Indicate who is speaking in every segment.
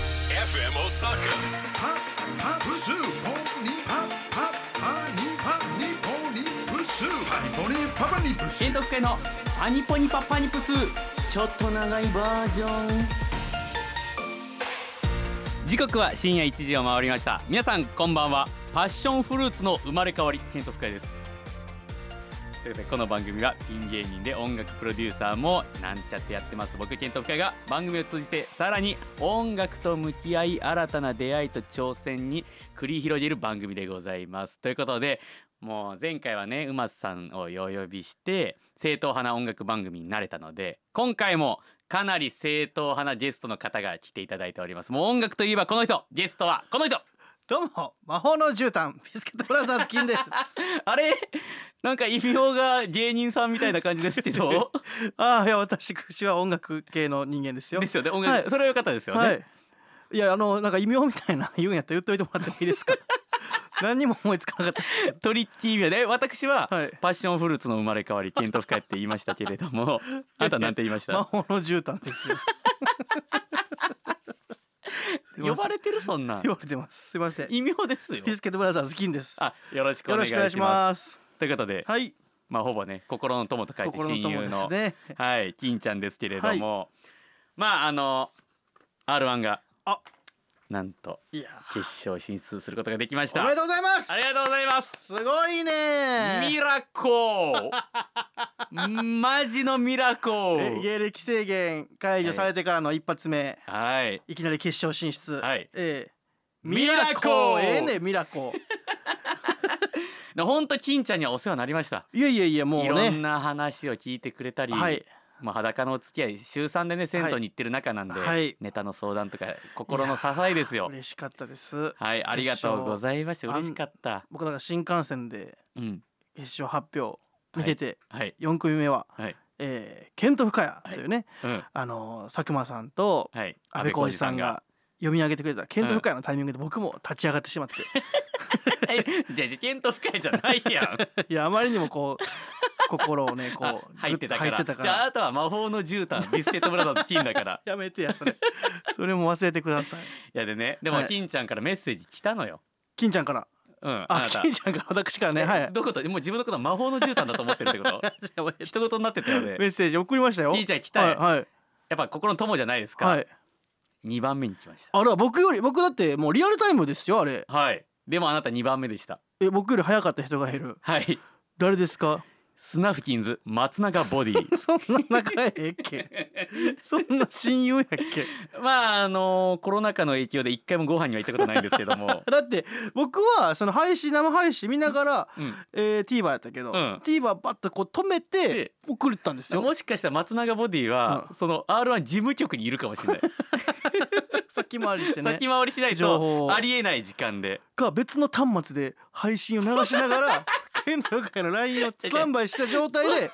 Speaker 1: FM Osaka.
Speaker 2: パパプスポニパパパニパニポニプスパニポニパパニプス
Speaker 3: ケントフカイのパニポニパパニプスちょっと長いバージョン時刻は深夜1時を回りました皆さんこんばんはパッションフルーツの生まれ変わりケントフカイですということでこの番組はピン芸人で音楽プロデューサーもなんちゃってやってます僕ケントフカイが番組を通じてさらに音楽と向き合い新たな出会いと挑戦に繰り広げる番組でございますということでもう前回はねうまさんをお呼びして正統派な音楽番組になれたので今回もかなり正統派なゲストの方が来ていただいておりますもう音楽といえばこの人ゲストはこの人
Speaker 4: どうも魔法の絨毯ビスケットブラザー ズ金です
Speaker 3: あれなんか異名が芸人さんみたいな感じですけど
Speaker 4: ああいや私は音楽系の人間ですよ
Speaker 3: ですよね音楽、
Speaker 4: はい
Speaker 3: それは良かったですよね、
Speaker 4: はいいやあのなんか異名みたいな言うんやったら言っといてもらってもいいで すか何にも思いつかなかったですけど
Speaker 3: トリッキー名で私は、
Speaker 4: はい
Speaker 3: パッションフルーツの生まれ変わり検討深いって言いましたけれどもあなたなんて言いまし
Speaker 4: 魔
Speaker 3: た
Speaker 4: 法の絨毯ですよすいません
Speaker 3: 呼ばれてるそんなん
Speaker 4: 言われてますすいません
Speaker 3: 異名ですよ
Speaker 4: ビスケットブラザーズ金です
Speaker 3: あよろしくお願
Speaker 4: よろ
Speaker 3: い
Speaker 4: し
Speaker 3: し
Speaker 4: くお願
Speaker 3: ま
Speaker 4: い
Speaker 3: す
Speaker 4: します
Speaker 3: ということで、
Speaker 4: はい
Speaker 3: まあほぼね心の友と書いて
Speaker 4: 心の
Speaker 3: 親
Speaker 4: 友
Speaker 3: 友
Speaker 4: で
Speaker 3: の
Speaker 4: すね
Speaker 3: はい金ちゃんですけれども、まああの R1 が
Speaker 4: あ
Speaker 3: なんと
Speaker 4: いや
Speaker 3: 決勝進出することができまし
Speaker 4: ー
Speaker 3: た。
Speaker 4: おめでとうございます
Speaker 3: ありがとうございます。
Speaker 4: すごいね
Speaker 3: ミラコーマジのミラコ
Speaker 4: え
Speaker 3: ー
Speaker 4: 芸歴制限解除されてからの一発目、
Speaker 3: はい
Speaker 4: いきなり決勝進出。
Speaker 3: はい
Speaker 4: ええ
Speaker 3: ミラコー
Speaker 4: ええねミラコー。
Speaker 3: で本当金ちゃんにはお世話になりました。
Speaker 4: いやいやいやもう
Speaker 3: いろん
Speaker 4: ね。
Speaker 3: な話を聞いてくれたり、
Speaker 4: はい。
Speaker 3: まあ、裸のお付き合い週3でね銭湯に行ってる中なんで、
Speaker 4: はい
Speaker 3: ネタの相談とか心の支えですよ。
Speaker 4: 嬉しかったです。
Speaker 3: はい、ありがとうございました。
Speaker 4: あん
Speaker 3: 嬉しかった。
Speaker 4: 僕だから新幹線で
Speaker 3: うん、
Speaker 4: 決勝発表見てて、
Speaker 3: はい、
Speaker 4: 四組目は、
Speaker 3: はい、
Speaker 4: ええケント深谷というね、
Speaker 3: うん、
Speaker 4: あの佐久間さんと
Speaker 3: はい、
Speaker 4: 安倍浩二さんが。読み上げてくれたケント深谷のタイミングで僕も立ち上がってし まって、
Speaker 3: 安倍浩二さんが。じゃ、事件と深いじゃないやん。
Speaker 4: いやあまりにもこう心をね こ う
Speaker 3: 入ってたか
Speaker 4: ぐ
Speaker 3: ら。
Speaker 4: っと入ってたか
Speaker 3: じゃあ、
Speaker 4: ら
Speaker 3: あとは魔法の絨毯、ビスケットブラザーズ金だ から。
Speaker 4: やめてや それそれも忘れてください
Speaker 3: いや、でね、でも、
Speaker 4: はい
Speaker 3: 金ちゃんからメッセージ来たのよ。
Speaker 4: 金ちゃんから
Speaker 3: うん、あ
Speaker 4: あ
Speaker 3: なた。
Speaker 4: 金ちゃんから私からねはい
Speaker 3: どういうこと、もう自分のことは魔法の絨毯だと思ってるって こと。一言になってたよね。
Speaker 4: メッセージ送りましたよ。
Speaker 3: 金ちゃん来たよ。や
Speaker 4: はい
Speaker 3: っぱ心の友じゃないです
Speaker 4: はい、は
Speaker 3: か。
Speaker 4: い、
Speaker 3: 二番目に来ました。
Speaker 4: あれは僕より僕だってもうリアルタイムですよあれ。
Speaker 3: はい。でも、あなた二番目でした。
Speaker 4: え僕より早かった人がいる。
Speaker 3: はい。
Speaker 4: 誰ですか？
Speaker 3: スナフキンズ松永ボディ
Speaker 4: そんな仲ええっ け？そんな親友やっけ？
Speaker 3: まああのコロナ禍の影響で一回もご飯には行ったことないんですけど も
Speaker 4: だって僕はその配信生配信見ながら、
Speaker 3: うん
Speaker 4: えー、TVer やったけ
Speaker 3: う
Speaker 4: ど、
Speaker 3: ん
Speaker 4: TVer バッとこう止め
Speaker 3: で
Speaker 4: て送ったんですよ。
Speaker 3: もしかしたら松永ボディは、
Speaker 4: う
Speaker 3: その R1 事務局にいるかも しれない
Speaker 4: 先回りしてね
Speaker 3: 先。回りしない
Speaker 4: 情報
Speaker 3: と
Speaker 4: を
Speaker 3: ありえない時間で
Speaker 4: が別の端末で配信を流しながら剣道会の LINE をスタンバイした状態で。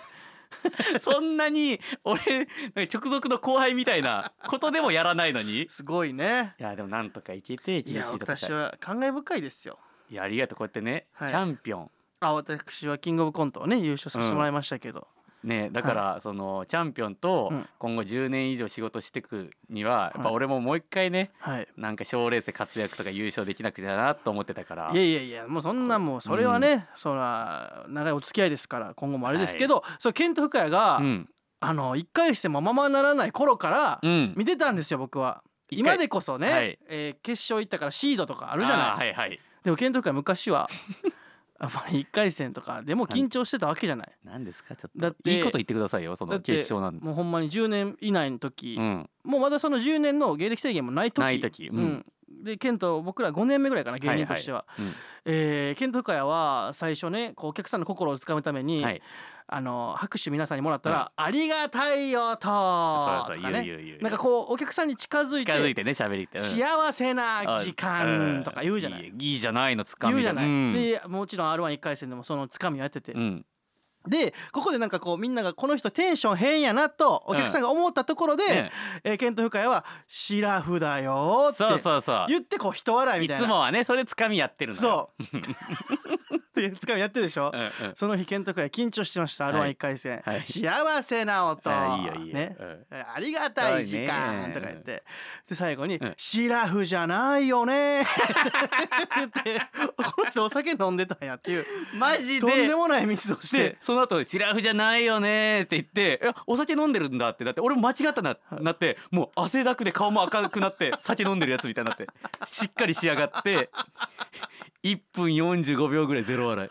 Speaker 3: そんなに俺なんか直属の後輩みたいなことでもやらないのに い
Speaker 4: すごいね。
Speaker 3: やでもなんとかいけて
Speaker 4: い
Speaker 3: 厳し
Speaker 4: や
Speaker 3: いとか
Speaker 4: 私は感慨深いですよ。
Speaker 3: いやありがとうこうやってね、
Speaker 4: はい
Speaker 3: チャンピオン
Speaker 4: あ私はキングオブコントをね優勝させてもらいましたけど、
Speaker 3: ねだから、そのチャンピオンと
Speaker 4: うん
Speaker 3: 今後10年以上仕事してくには、やっぱ俺ももう一回ね、
Speaker 4: はい
Speaker 3: なんか賞レースで活躍とか優勝できなくちゃなと思ってたから
Speaker 4: いやいやいやもうそんなもうそれはね、そら長いお付き合いですから今後もあれですけど、それケント・フカヤが、
Speaker 3: うん
Speaker 4: あの1回戦もままならない頃から
Speaker 3: うん
Speaker 4: 見てたんですよ僕は。
Speaker 3: 一回
Speaker 4: 今でこそね、
Speaker 3: はい
Speaker 4: えー決勝行ったからシードとかあるじゃない、
Speaker 3: あーはいはい
Speaker 4: でもケント・フカヤ昔 はあまり1回戦とかでも緊張してたわけじゃない。
Speaker 3: 何ですかちょっと
Speaker 4: だって
Speaker 3: いいこと言ってくださいよそ
Speaker 4: だ
Speaker 3: の
Speaker 4: って
Speaker 3: 決勝なんで
Speaker 4: もうほんまに10年以内の時、
Speaker 3: うん
Speaker 4: もうまだその10年の芸歴制限もない時
Speaker 3: ない時う
Speaker 4: うんんでケント僕ら5年目ぐらいかな芸人としては、えーケント深谷は最初ねこうお客さんの心をつかむため
Speaker 3: う
Speaker 4: に、
Speaker 3: んはい
Speaker 4: あの拍手皆さんにもらったら「ありがたいよと」とか
Speaker 3: そうそう言う言う言
Speaker 4: ね
Speaker 3: う
Speaker 4: なんかこうお客さんに近づい
Speaker 3: 近づい
Speaker 4: て
Speaker 3: てね喋りって
Speaker 4: 「
Speaker 3: うん
Speaker 4: 幸せな時間」とか言うじゃない。
Speaker 3: いいいじゃないのつかみ
Speaker 4: 言うじゃない、
Speaker 3: うん
Speaker 4: でもちろん r 1 1回戦でもそのつかみをやってて、
Speaker 3: うん
Speaker 4: でここでなんかこうみんながこの人テンション変やなとお客さんが思ったところで、
Speaker 3: うん
Speaker 4: えー、ケント深谷は「シラフだよ」って
Speaker 3: そうそうそう
Speaker 4: 言ってこう人笑いみ
Speaker 3: い
Speaker 4: たい
Speaker 3: つ
Speaker 4: な
Speaker 3: もはねそれつかみやってるのよ
Speaker 4: そうってつかみやってるでしょ、
Speaker 3: うんうん
Speaker 4: その日健徳が緊張してました r
Speaker 3: は
Speaker 4: 1
Speaker 3: い
Speaker 4: 一回戦、
Speaker 3: はい
Speaker 4: 幸せな音、
Speaker 3: あいいよいいよ
Speaker 4: ね
Speaker 3: うん
Speaker 4: ありがたい時
Speaker 3: す
Speaker 4: 間
Speaker 3: ごいね
Speaker 4: とか言ってで最後に
Speaker 3: うん
Speaker 4: 「シラフじゃないよね」って言ってこの人お酒飲んでたんやっていう
Speaker 3: マジで
Speaker 4: とんでもないミスをし
Speaker 3: で
Speaker 4: て
Speaker 3: その後シラフじゃないよね」って言って「いやお酒飲んでるんだ」ってだって俺も間違ったななってもう汗だくで顔も赤くなって 酒飲んでるやつみたいになってしっかり仕上がって1分45秒ぐらいゼロ笑い。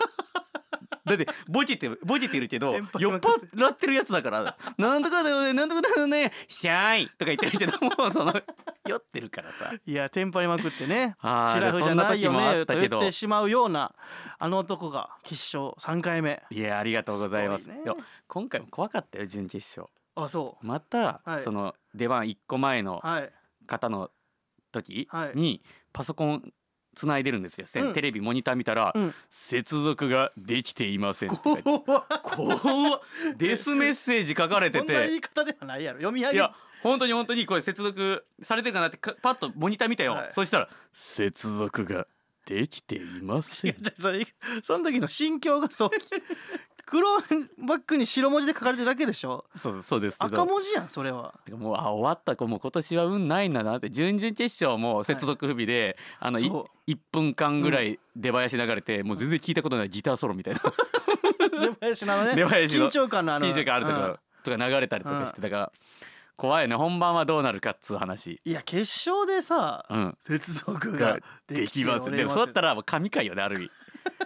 Speaker 3: だってボケてボケてるけど
Speaker 4: テンパり
Speaker 3: 酔
Speaker 4: ま
Speaker 3: っ
Speaker 4: くって
Speaker 3: 払ってるやつだから「なんとかだよねなんとかだよねシャーイ!」とか言ってるけどもうその 酔ってるからさ。
Speaker 4: いやテンパりまくってね「シ
Speaker 3: あー
Speaker 4: ラフじゃないよ
Speaker 3: そんな時もあ
Speaker 4: ね
Speaker 3: っ」た
Speaker 4: と
Speaker 3: け
Speaker 4: 言
Speaker 3: ど
Speaker 4: ってしまうようなあの男が決勝3回目
Speaker 3: いやありがとうございます。
Speaker 4: すごいね
Speaker 3: いや今回も怖かったよ準決勝。
Speaker 4: あそ
Speaker 3: また、
Speaker 4: はい
Speaker 3: その出番1個前の
Speaker 4: うはい
Speaker 3: 方の時
Speaker 4: はい
Speaker 3: にパソコンつないでるんですよ、せん
Speaker 4: うん
Speaker 3: テレビモニター見たら、
Speaker 4: うん
Speaker 3: 接続ができていませんとか言って
Speaker 4: 怖っ
Speaker 3: 怖っデスメッセージ書かれて
Speaker 4: そんな言
Speaker 3: て
Speaker 4: い方ではないやろ読み上
Speaker 3: い
Speaker 4: げ
Speaker 3: や本当に本当にこれ接続されてるかなってかパッとモニター見たよ、
Speaker 4: はい
Speaker 3: そしたら接続ができていません
Speaker 4: じゃあそれその時の心境がそう 黒バックに白文字で書かれてるだけでしょ
Speaker 3: そうそうですけど
Speaker 4: 赤文字やんそれ は
Speaker 3: もうあ終わったこうもう今年は運ないんだなって準々決勝も接続不備で、あのい
Speaker 4: そ
Speaker 3: 1分間ぐらい出囃子流れて、もう全然聞いたことないギターソロみたいな
Speaker 4: 出囃子なのね
Speaker 3: 出囃子の
Speaker 4: 緊張感のある
Speaker 3: 緊張感あるとか,、とか流れたりとかして、だから怖いね本番はどうなるかっつう話。
Speaker 4: いや決勝でさ、
Speaker 3: うん
Speaker 4: 接続
Speaker 3: が
Speaker 4: が
Speaker 3: で
Speaker 4: で
Speaker 3: き
Speaker 4: き
Speaker 3: ま
Speaker 4: ますす
Speaker 3: でもそうだったらもう神回よねある意味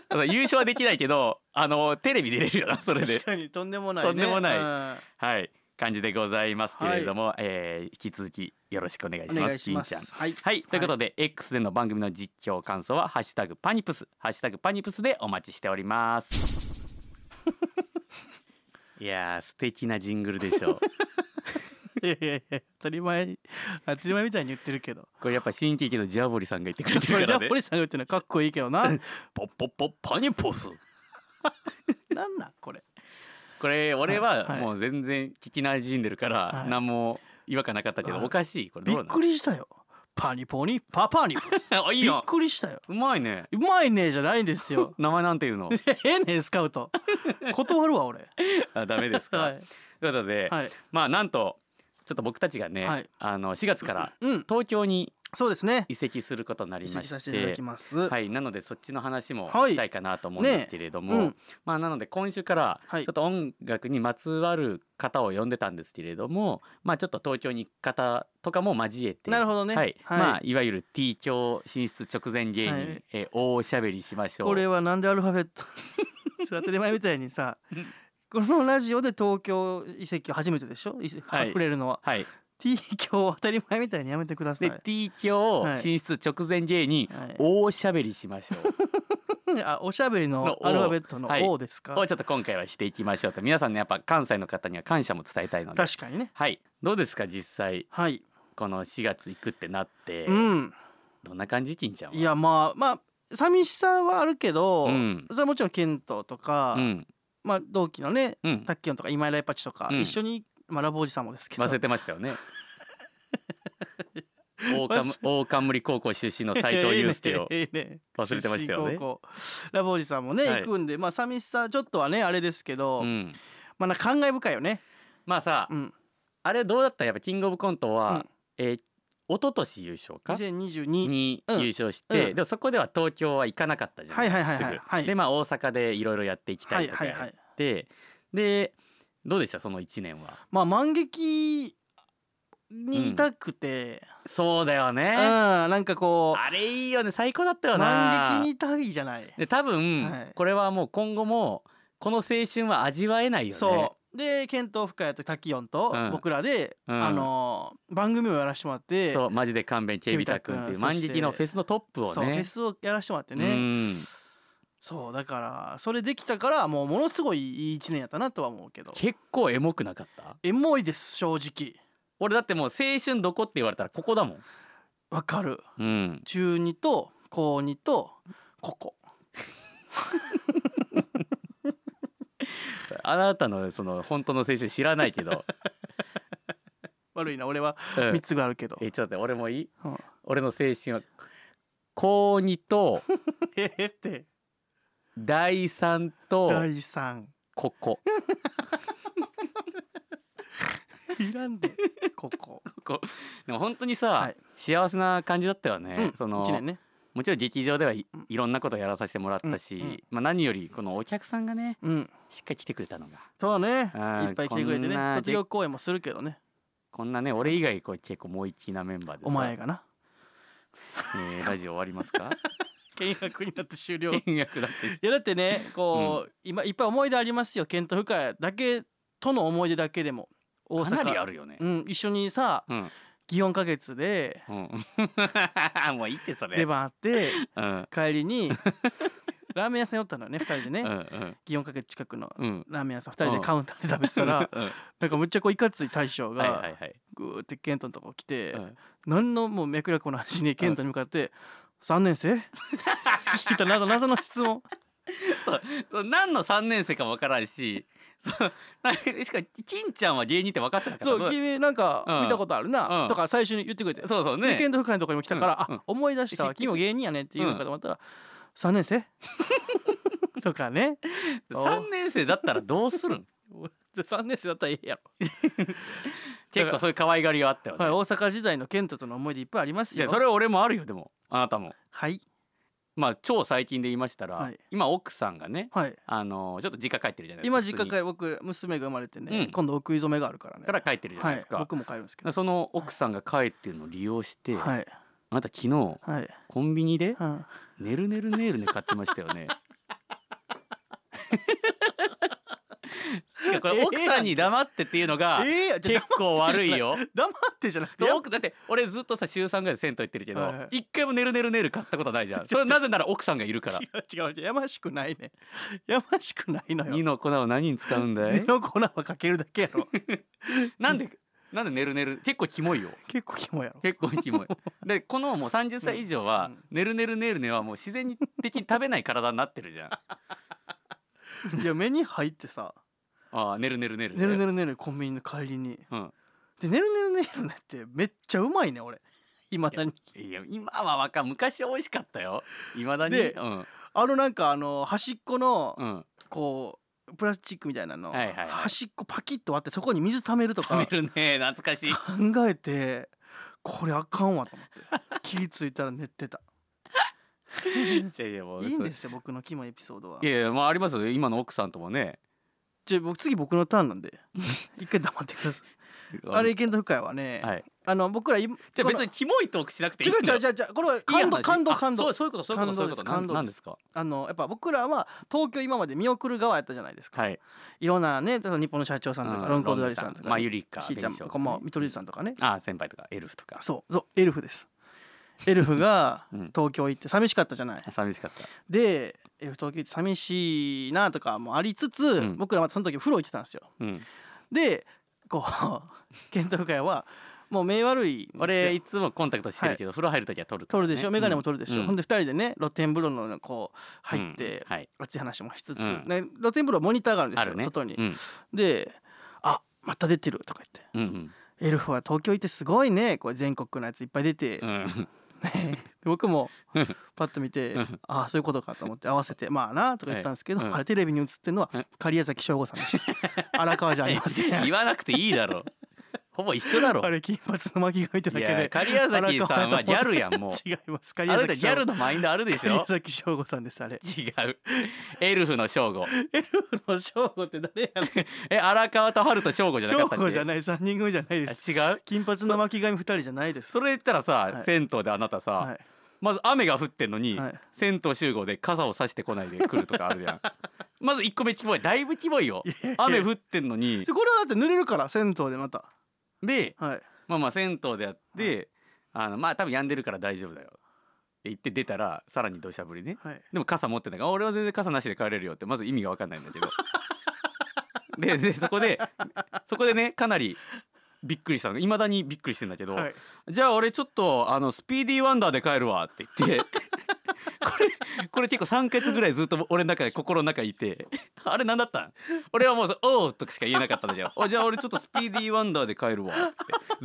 Speaker 3: だから優勝はできないけどあのテレビ出れるよなそれで
Speaker 4: 確かにとんでもない、ね、
Speaker 3: とんでもない
Speaker 4: うん
Speaker 3: はい感じでございますけれども、えー引き続きよろしくお願いし
Speaker 4: お
Speaker 3: ま
Speaker 4: 願
Speaker 3: す
Speaker 4: いします
Speaker 3: 金ちゃん
Speaker 4: はい、
Speaker 3: はい、ということで、X での番組の実況感想は「ハッシュタグパニプス」「ハッシュタグパニプス」でお待ちしております いやー素敵なジングルでしょう
Speaker 4: いやいやいや当たり前当たり前みたいに言ってるけど
Speaker 3: これやっぱ新喜劇のジャボリさんが言ってくれて
Speaker 4: こ れ
Speaker 3: る
Speaker 4: じ
Speaker 3: か
Speaker 4: ゃあ
Speaker 3: らね
Speaker 4: 堀さんが言ってるのはかっこいい けどななん
Speaker 3: ポッポッポッパニポス
Speaker 4: なんこれ
Speaker 3: これ俺は
Speaker 4: はい
Speaker 3: もう全然聞き馴染んでるから
Speaker 4: はい
Speaker 3: 何も違和感なかったけど
Speaker 4: はい
Speaker 3: おかしいこれ
Speaker 4: び
Speaker 3: どう
Speaker 4: っ
Speaker 3: な
Speaker 4: くりしたよパニポニパパニポです
Speaker 3: のあ いい
Speaker 4: びっ
Speaker 3: よ
Speaker 4: くりしたよ
Speaker 3: うまいね
Speaker 4: うまいねじゃないんですよ
Speaker 3: 名前なんて いうの
Speaker 4: ええねんスカ ウト断るわ俺
Speaker 3: あダメですか、
Speaker 4: はい
Speaker 3: ということで、
Speaker 4: はい
Speaker 3: まあなんとちょっと僕たちがね、
Speaker 4: はい
Speaker 3: あの4月から
Speaker 4: うん
Speaker 3: 東京に
Speaker 4: そうですね
Speaker 3: 移籍することになり
Speaker 4: 移
Speaker 3: ま
Speaker 4: 籍
Speaker 3: し
Speaker 4: さ
Speaker 3: て
Speaker 4: せていただきますは、
Speaker 3: はいい、なのでそっちの話も
Speaker 4: はい
Speaker 3: したいかなと思うんですけれども、
Speaker 4: ねえうん
Speaker 3: まあなので今週からちょ
Speaker 4: は
Speaker 3: っ
Speaker 4: い
Speaker 3: と音楽にまつわる方を呼んでたんですけれども、まあちょっと東京に行く方とかも交えて
Speaker 4: なるほどね
Speaker 3: はい
Speaker 4: はい
Speaker 3: まあ、いわゆる T 教進出直前芸人、
Speaker 4: はい
Speaker 3: えー大おしゃべりしましょう。
Speaker 4: これはなんでアルファベット そう当たり前みたい にさこのラジオで東京移籍初めてでしょ移籍
Speaker 3: はい
Speaker 4: 触れるのは、
Speaker 3: はい、
Speaker 4: T 教当たり前みたいにやめてください
Speaker 3: で、T 教
Speaker 4: はい
Speaker 3: 進出直前芸人、
Speaker 4: はい
Speaker 3: 大しゃべりしましょう
Speaker 4: あおしゃべりの
Speaker 3: の
Speaker 4: アルファベットの
Speaker 3: はい
Speaker 4: O ですか、
Speaker 3: をちょっと今回はしていきましょうと皆さんねやっぱ関西の方には感謝も伝えたいので
Speaker 4: 確かにね
Speaker 3: はいどうですか実際
Speaker 4: はい、
Speaker 3: この4月行くってなって、
Speaker 4: うん
Speaker 3: どんな感じ金ちゃんはい
Speaker 4: やまあまあ寂しさはあるけど、
Speaker 3: うん
Speaker 4: それはもちろん健斗とか、
Speaker 3: うん
Speaker 4: まあ同期のね
Speaker 3: うん
Speaker 4: タッキオンとか今井ライパチとか、
Speaker 3: うん
Speaker 4: 一緒に、まあ、ラボおじさんもですけど
Speaker 3: 忘れてましたよ ね大冠大冠高校出身の斎藤祐 介を
Speaker 4: ええね
Speaker 3: 忘れてましたよね
Speaker 4: 出身高校ラボおじさんもね、
Speaker 3: はい
Speaker 4: 行くんでまあ寂しさちょっとはねあれですけど、
Speaker 3: うん
Speaker 4: まあなんか感慨深いよね、
Speaker 3: まあさ、
Speaker 4: うん、
Speaker 3: あれどうだったやっぱキングオブコントは、
Speaker 4: うん
Speaker 3: えー一昨年優勝か
Speaker 4: 2022
Speaker 3: に
Speaker 4: うん
Speaker 3: 優勝して、
Speaker 4: うん
Speaker 3: でもそこでは東京は行かなかったじゃん、
Speaker 4: はいはいはいはい
Speaker 3: すぐ
Speaker 4: はい
Speaker 3: でまあ大阪でいろいろやっていきた
Speaker 4: はいい
Speaker 3: とか
Speaker 4: はい
Speaker 3: や
Speaker 4: は
Speaker 3: っ
Speaker 4: い
Speaker 3: て、でどうでしたその1年は
Speaker 4: まあ満劇にいたくて、
Speaker 3: そうだよ
Speaker 4: うん、
Speaker 3: ね、
Speaker 4: なんかこ
Speaker 3: あれいいよね最高だった
Speaker 4: う
Speaker 3: よな
Speaker 4: 満劇にいたいじゃない
Speaker 3: で多分、
Speaker 4: はい
Speaker 3: これはもう今後もこの青春は味わえないよね
Speaker 4: そうで検討深谷と滝音と
Speaker 3: うん
Speaker 4: 僕らで、
Speaker 3: うん
Speaker 4: あのー番組をやらせてもらって
Speaker 3: そうマジで勘弁警備太君っていう
Speaker 4: 警備太
Speaker 3: 万
Speaker 4: 君
Speaker 3: 劇のフェスのトップをね
Speaker 4: そうフェスをやらせてもらってね、
Speaker 3: うん
Speaker 4: そうだからそれできたからもうものすごいいい1年やったなとは思うけど
Speaker 3: 結構エモくなかった
Speaker 4: エモいです正直
Speaker 3: 俺だってもう青春どこって言われたらここだもん
Speaker 4: わかる
Speaker 3: うん
Speaker 4: 中2と高2とここ
Speaker 3: あなたのその本当の青春知らないけど、
Speaker 4: 悪いな俺は
Speaker 3: うん
Speaker 4: 3つぐらいあるけど、
Speaker 3: えちょっと待って俺もいい
Speaker 4: うん
Speaker 3: 俺の青春は高2と
Speaker 4: ええって
Speaker 3: 第三と
Speaker 4: 第三
Speaker 3: ここ
Speaker 4: いらんでここ、
Speaker 3: ここでも本当にさ、
Speaker 4: はい
Speaker 3: 幸せな感じだったよね、
Speaker 4: うん、
Speaker 3: その
Speaker 4: 一年ね
Speaker 3: もちろん劇場ではい
Speaker 4: うん
Speaker 3: いろんなことやらさせてもらったし、
Speaker 4: うんうん
Speaker 3: まあ、何よりこのお客さんがね
Speaker 4: うん
Speaker 3: しっかり来てくれたのが
Speaker 4: そうね
Speaker 3: あー
Speaker 4: いっぱい来てくれて
Speaker 3: こんな
Speaker 4: ね卒業公演もするけどね
Speaker 3: こんなね俺以外こう結構萌一なメンバーでさ
Speaker 4: お前、がな
Speaker 3: えーラジオ終わります か
Speaker 4: 見学になって終了い
Speaker 3: 見学だってし
Speaker 4: やだってねこう、今いっぱい思い出ありますよ健と深谷だけとの思い出だけでも大
Speaker 3: か
Speaker 4: 阪
Speaker 3: なりあるよね
Speaker 4: うん、一緒にさ
Speaker 3: うん、
Speaker 4: 祇園花月で
Speaker 3: うん もういいってそれ
Speaker 4: 出番あって
Speaker 3: うん
Speaker 4: 帰 りにラーメン屋さん寄ったのよね2人でね、
Speaker 3: うん
Speaker 4: 祇園花月近くの
Speaker 3: うんうん
Speaker 4: ラーメン屋さん2人でカウンターで食べてたら、
Speaker 3: うんは
Speaker 4: なんかむっちゃこういかつい大将
Speaker 3: いは
Speaker 4: が
Speaker 3: いはい、
Speaker 4: グーってケントのとこ来て、
Speaker 3: うん
Speaker 4: 何のもう脈絡もなしにケントに向かって「3年生? 」聞いた謎謎の 質問
Speaker 3: そう何の三年生かもわからんしそうなしかも金ちゃんは芸人って分かってなかった
Speaker 4: そう君なん
Speaker 3: う
Speaker 4: か
Speaker 3: ん
Speaker 4: 見たことあるな、
Speaker 3: うん
Speaker 4: とか最初に言ってくれて、
Speaker 3: そうそう
Speaker 4: でケ
Speaker 3: ね
Speaker 4: ント深いとこにも来たから、
Speaker 3: うんうん
Speaker 4: あ思い出した
Speaker 3: 知って
Speaker 4: わ君も芸人やねって言うのかと思ったら「3年生? 」 とかね
Speaker 3: 三年生だったらどうす るん
Speaker 4: 3年生だったらえ えや
Speaker 3: 結構そういう可愛がりがあったよ
Speaker 4: ろ、
Speaker 3: ね、
Speaker 4: はい、大阪時代のケントとの思い出いっぱいあります
Speaker 3: い
Speaker 4: よ
Speaker 3: やそれ俺もあるよでもあなたも
Speaker 4: はい
Speaker 3: まあ超最近で言いましたら、
Speaker 4: はい
Speaker 3: 今奥さんがね
Speaker 4: はい
Speaker 3: あのちょっと実家帰ってるじゃないですか
Speaker 4: 今実
Speaker 3: 普
Speaker 4: 家帰
Speaker 3: 通に
Speaker 4: る僕娘が生まれてね、
Speaker 3: うん
Speaker 4: 今度お食い初めがあるからね
Speaker 3: から帰ってるじゃないですか、
Speaker 4: はい、僕も帰るんですけど
Speaker 3: その奥さんが帰ってるのを利用して、
Speaker 4: はい
Speaker 3: あなた昨日
Speaker 4: はい、
Speaker 3: コンビニで
Speaker 4: うん
Speaker 3: 「ねるねるねるね」買ってましたよ ね。しかもこれ奥さんに黙ってっていうのが
Speaker 4: ええじゃ
Speaker 3: 結構悪いよ。
Speaker 4: 黙ってじゃなくて
Speaker 3: そう奥だって俺ずっとさ週3ぐらいで銭湯行ってるけど
Speaker 4: はいはい
Speaker 3: 一回も「ねるねるねる」買ったことない じゃん。それなぜなら奥さんがいるから。
Speaker 4: 違う違う違うやましくないねやましくないの
Speaker 3: 二
Speaker 4: よ
Speaker 3: の粉を何に使うんだ
Speaker 4: 二
Speaker 3: い
Speaker 4: の粉はかけるだけやろ
Speaker 3: なんでなんで「ねるねる」結構キ モいよ。
Speaker 4: 結構キモやろ
Speaker 3: 結構キモいでこのもう30歳以上は
Speaker 4: うん
Speaker 3: 「ねるねるねるね」はもう自然に的に食べない体になってる じゃん
Speaker 4: いや目に入ってさ
Speaker 3: ああねるねるね
Speaker 4: 「
Speaker 3: る
Speaker 4: ねるねるねる」コンビニの帰りに
Speaker 3: うん
Speaker 4: で「ねるねるねるね」ってめっちゃうまいね俺いまだに
Speaker 3: いや今はわかん昔は美味しかったよいまだに
Speaker 4: で
Speaker 3: うん
Speaker 4: あのなんかあの端っこの
Speaker 3: うん
Speaker 4: こうプラスチックみたいなの
Speaker 3: はいはいはい
Speaker 4: 端っこパキッと割ってそこに水溜めると
Speaker 3: 食べ
Speaker 4: か
Speaker 3: るね懐かしい
Speaker 4: 考えてこれあかんわと思って気ぃついたら 寝てた
Speaker 3: いやいやもう
Speaker 4: いいんですよ僕のキモいエピソードはい
Speaker 3: やいやまあありますよ今の奥さんともね
Speaker 4: じゃあ僕次僕のターンな んで一回黙ってくださいあれ意見と深いはね、
Speaker 3: はい
Speaker 4: あの僕ら今
Speaker 3: じゃあ別
Speaker 4: こ
Speaker 3: にキモいトークしなくていい
Speaker 4: の違う違う違う違うこれは感動感動感動
Speaker 3: そうそういうことそういうことそういうこと
Speaker 4: 感動です
Speaker 3: なんなんですか
Speaker 4: あのやっぱ僕らは東京今まで見送る側やったじゃないですか、
Speaker 3: はい
Speaker 4: い、ろんなねその日本の社長さんとか、
Speaker 3: うん
Speaker 4: ロンコードダリさんとか、
Speaker 3: まあゆりか
Speaker 4: ひいた
Speaker 3: 紅しょう
Speaker 4: まあ見取り図さんとかね
Speaker 3: ああ先輩とかエルフと か
Speaker 4: そうそうエルフですエルフが
Speaker 3: うん
Speaker 4: 東京行って寂しかったじゃない、
Speaker 3: 寂しかった
Speaker 4: でエルフ東京行って寂しいなとかもありつつ、
Speaker 3: ん
Speaker 4: 僕らまたその時風呂行ってたんですよ
Speaker 3: うん
Speaker 4: でこう 検討会はもう目悪いんですよ
Speaker 3: 俺いつもコンタクトしてるけど、風呂入るときは取るから
Speaker 4: 取
Speaker 3: ね、
Speaker 4: るでしょ眼鏡も取るでしょ、
Speaker 3: うん
Speaker 4: ほんで2人でね露天風呂のこう
Speaker 3: うん
Speaker 4: 入って、
Speaker 3: うんはい
Speaker 4: 熱い話もしつつ、
Speaker 3: うん
Speaker 4: ね、露天風呂モニターがあるんで
Speaker 3: あ
Speaker 4: すよ、
Speaker 3: るね
Speaker 4: 外に、
Speaker 3: うん
Speaker 4: で「あまた出てる」とか言って
Speaker 3: うん
Speaker 4: 「エルフは東京行ってすごいねこれ全国のやついっぱい出て、
Speaker 3: うんうん
Speaker 4: ね 僕も
Speaker 3: うん
Speaker 4: パッと見て
Speaker 3: うん
Speaker 4: ああそういうことかと思って合わせて「まあな」とか言ってたんですけど、
Speaker 3: はいうん
Speaker 4: あれテレビに映ってるのは狩屋崎省吾さんでし た荒川じ ゃありません
Speaker 3: 言わなくていいだろほぼ一緒 だろ
Speaker 4: あれ金髪の巻き髪ってだ
Speaker 3: い
Speaker 4: け
Speaker 3: や
Speaker 4: で
Speaker 3: 狩屋崎さんはギャルや んもう
Speaker 4: 違います
Speaker 3: あ
Speaker 4: 狩
Speaker 3: な
Speaker 4: 屋
Speaker 3: た
Speaker 4: 崎
Speaker 3: ギ
Speaker 4: 省
Speaker 3: ャル
Speaker 4: 吾
Speaker 3: のマインドあるでし
Speaker 4: 狩屋
Speaker 3: ょ
Speaker 4: 崎省吾さんで すあれ
Speaker 3: 違うエルフの正吾
Speaker 4: の翔吾って誰 やねん
Speaker 3: え荒川と春と正吾じゃなか
Speaker 4: 翔
Speaker 3: ったっけ
Speaker 4: 吾じゃない三人組じゃないです
Speaker 3: あ違う
Speaker 4: 金髪の巻き髪二人じゃないです
Speaker 3: それ言ったらさ、
Speaker 4: はい
Speaker 3: 銭湯であなたさ、
Speaker 4: はい
Speaker 3: まず雨が降ってんのに、
Speaker 4: はい
Speaker 3: 銭湯集合で傘を差してこないで来るとかあるじゃ んまず1個目キモいだいぶキモいよ雨降ってんのに
Speaker 4: でこれはだって濡れるから銭湯でまた
Speaker 3: で
Speaker 4: はい
Speaker 3: まあまあ銭湯でやって、あのまあ多分病んでるから大丈夫だよって言って出たらさらに土砂降りね
Speaker 4: はい
Speaker 3: でも傘持ってないからあ俺は全然傘なしで帰れるよってまず意味が分かんないんだ けどででそこでそこでねかなりびっくりしたのいまだにびっくりしてんだけど、
Speaker 4: はい
Speaker 3: じゃあ俺ちょっとあのスピーディーワンダーで帰るわって言って これこれ結構3ヶ月ぐらいずっと俺の中で心の中にいてあれ何だったん俺はもうそうおうとかしか言えなかったんだけどおじゃあ俺ちょっとスピーディーワンダーで帰るわって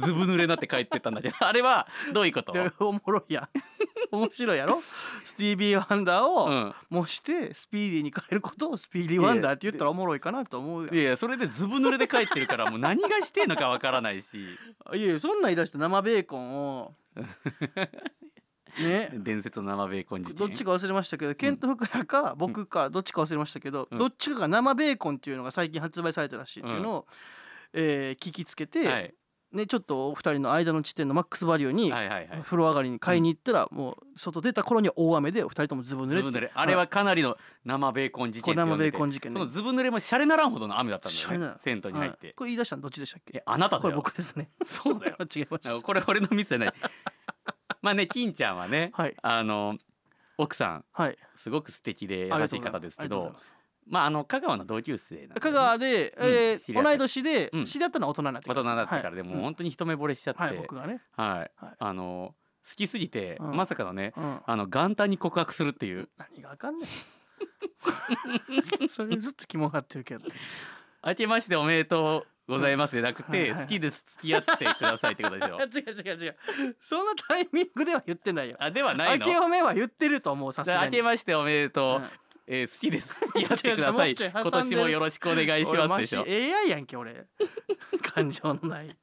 Speaker 3: ずぶ濡れになって帰ってったんだけどあれはどういうこと
Speaker 4: でおもろいやん面白いやろスティービー・ワンダー
Speaker 3: う
Speaker 4: を
Speaker 3: ん
Speaker 4: 模してスピーディーに変えることをスピーディー・ワンダーって言ったらおもろいかなと思うやん
Speaker 3: いやいやそれでずぶ濡れで帰ってるからもう何がしてんのかわからないし
Speaker 4: いやいやそんなん言い出して生ベーコン をね
Speaker 3: 伝説の生ベーコン事件
Speaker 4: どっちか忘れましたけどケント・フクヤか僕かどっちか忘れましたけど、
Speaker 3: うん
Speaker 4: どっちかが生ベーコンっていうのが最近発売されたらしいっていうのを、えー聞きつけて、
Speaker 3: はい
Speaker 4: ね、ちょっとお二人の間の地点のマックスバリューに
Speaker 3: はいはいはい
Speaker 4: 風呂上がりに買いに行ったら、もう外出た頃には大雨でお二人ともズブ濡れ
Speaker 3: ず
Speaker 4: て
Speaker 3: ぶ濡れあれはかなりの生ベーコン事件
Speaker 4: こ
Speaker 3: って
Speaker 4: れ
Speaker 3: 呼
Speaker 4: 生
Speaker 3: ん
Speaker 4: ベ
Speaker 3: で
Speaker 4: ー
Speaker 3: て
Speaker 4: コン事件
Speaker 3: そ
Speaker 4: ね
Speaker 3: のずぶ濡れもシャレならんほどの雨だった
Speaker 4: シャレ
Speaker 3: んだ
Speaker 4: な
Speaker 3: よ
Speaker 4: い
Speaker 3: ね銭湯に入って、
Speaker 4: はいこれ言い出したのどっちでしたっけ
Speaker 3: えあなただよ
Speaker 4: これ僕ですね
Speaker 3: そう だよ
Speaker 4: 違いました
Speaker 3: これ俺のミスじゃない まあね金ちゃんはね、
Speaker 4: はい
Speaker 3: あの奥さん
Speaker 4: はい
Speaker 3: すごく素敵で優
Speaker 4: ありが
Speaker 3: し
Speaker 4: とう
Speaker 3: い
Speaker 4: ござい
Speaker 3: 方
Speaker 4: ます
Speaker 3: ですけ
Speaker 4: ありがとうござい
Speaker 3: ど
Speaker 4: ます
Speaker 3: まああの香川の同級生なんでね
Speaker 4: 香川で、
Speaker 3: うん
Speaker 4: え
Speaker 3: 知
Speaker 4: ー
Speaker 3: り合った
Speaker 4: 同い年で、
Speaker 3: うん
Speaker 4: 知り合ったのは大人になって
Speaker 3: 大
Speaker 4: ら
Speaker 3: 人になってから
Speaker 4: はい
Speaker 3: でも
Speaker 4: う
Speaker 3: うん本当に一目惚れしちゃって、
Speaker 4: はい僕がね、
Speaker 3: はい、
Speaker 4: はい
Speaker 3: あの好きすぎて、
Speaker 4: うん
Speaker 3: まさかのね、
Speaker 4: うん、
Speaker 3: あの元旦に告白するっていう
Speaker 4: 何があかんねんそれずっと肝張ってるけど
Speaker 3: 「明けましておめでとうございます」じゃなくて、
Speaker 4: はいはいはい
Speaker 3: 好きです付き合ってください」ってことでしょ
Speaker 4: あ違う違う違うそのタイミングでは言ってないよ
Speaker 3: あではない
Speaker 4: 明
Speaker 3: の
Speaker 4: けおめは言ってると思うさす
Speaker 3: じゃあ
Speaker 4: が
Speaker 3: 明
Speaker 4: に
Speaker 3: けましておめでとう、
Speaker 4: うん
Speaker 3: えー好きです付き合ってくださ
Speaker 4: 違
Speaker 3: いう
Speaker 4: 違うもうちょい挟んでる
Speaker 3: 今年もよろしくお願いし
Speaker 4: 俺
Speaker 3: ます
Speaker 4: マ
Speaker 3: でし
Speaker 4: ジ
Speaker 3: ょ
Speaker 4: AI やんけ俺 感情のない
Speaker 3: っ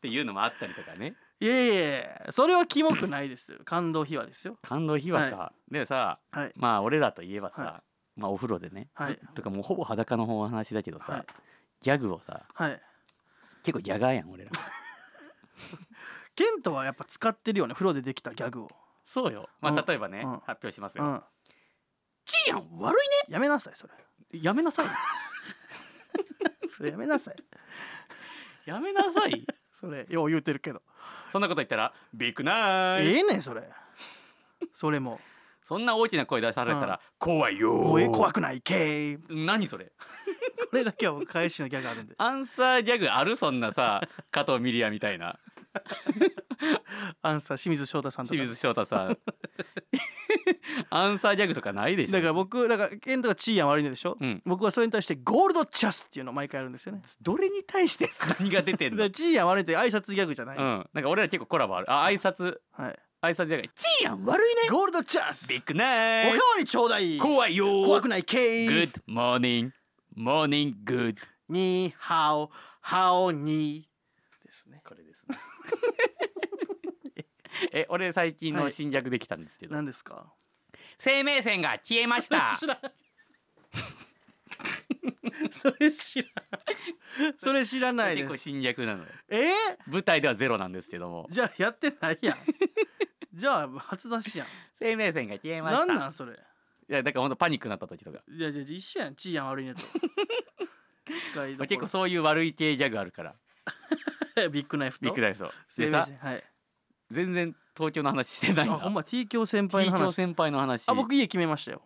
Speaker 3: ていうのもあったりとかね
Speaker 4: いやいやいやそれはキモくないですよ感動秘話ですよ
Speaker 3: 感動秘話か、でさ
Speaker 4: はい
Speaker 3: まあ俺らといえばさ、
Speaker 4: は
Speaker 3: まあお風呂でね、
Speaker 4: はい
Speaker 3: とかもうほぼ裸のお話だけどさ、
Speaker 4: はい
Speaker 3: ギャグをさ
Speaker 4: はい
Speaker 3: 結構ギャガーやん俺ら
Speaker 4: ケントはやっぱ使ってるよね風呂でできたギャグを、
Speaker 3: そうよまあ
Speaker 4: うん
Speaker 3: 例えばね、
Speaker 4: うん
Speaker 3: 発表します
Speaker 4: う
Speaker 3: よ、
Speaker 4: ん、
Speaker 3: ちーやん悪い
Speaker 4: やめなさいそれ
Speaker 3: ねやめなさい
Speaker 4: それやめなさい
Speaker 3: やめなさい
Speaker 4: それよう言うてるけど
Speaker 3: そんなこと言ったらビッグナイ
Speaker 4: ええねんそれそれも
Speaker 3: そんな大きな声出されたら、怖いよ
Speaker 4: もうええ怖くないけー
Speaker 3: 何それ
Speaker 4: これだけは僕返しのギャグあるんで
Speaker 3: アンサーギャグあるそんな さ加藤ミリアみたいな
Speaker 4: アンサー清水翔太さんと
Speaker 3: 清
Speaker 4: か
Speaker 3: 水翔太 さんアンサーギャグとかないでしょ
Speaker 4: だから僕だからケントがチーヤン悪いのでしょ、
Speaker 3: うん僕
Speaker 4: 僕はそれに対してゴールドチャスっていうのを毎回やるんですよね
Speaker 3: どれに対して何が出てん
Speaker 4: だ
Speaker 3: の
Speaker 4: か
Speaker 3: う
Speaker 4: ら
Speaker 3: ん
Speaker 4: チーヤン悪いって挨拶ギャグじゃない、
Speaker 3: なんか俺ら結構コラボあるあ挨拶
Speaker 4: はい、
Speaker 3: 挨拶じゃないちーやん悪いね
Speaker 4: ゴールドチャス
Speaker 3: ビッグナ
Speaker 4: お
Speaker 3: イ
Speaker 4: かわりちょうだい
Speaker 3: 怖いよ
Speaker 4: 怖くないけ
Speaker 3: グッドモーニングモーニンググッド
Speaker 4: にハオハオにですね
Speaker 3: これですねえ俺最近の新逆できたんですけど、
Speaker 4: 何ですか
Speaker 3: 生命線が消えました
Speaker 4: 知らんそれ知らん それ知らない
Speaker 3: 結
Speaker 4: で
Speaker 3: 構
Speaker 4: す
Speaker 3: 新逆なのよ
Speaker 4: えー、
Speaker 3: 舞台ではゼロなんですけども
Speaker 4: じゃあやってないやんじゃあ初出 しやん
Speaker 3: 生命線が消えました
Speaker 4: 何なんそれ
Speaker 3: いやだから本当パニックになった時とか、
Speaker 4: いやじゃあ一緒やんちいやん悪いね と
Speaker 3: ま
Speaker 4: 使いどこ
Speaker 3: あ、
Speaker 4: ろ
Speaker 3: 結構そういう悪い系ギャグあるから
Speaker 4: ビッグナイフと
Speaker 3: ビッグダイソー
Speaker 4: 生
Speaker 3: で
Speaker 4: 命
Speaker 3: さ
Speaker 4: 線はい
Speaker 3: 全然東京の話してない
Speaker 4: あ
Speaker 3: んだ
Speaker 4: ほんま T 京先輩
Speaker 3: T
Speaker 4: の
Speaker 3: 京
Speaker 4: 話
Speaker 3: 先輩の話
Speaker 4: あ僕家決めましたよ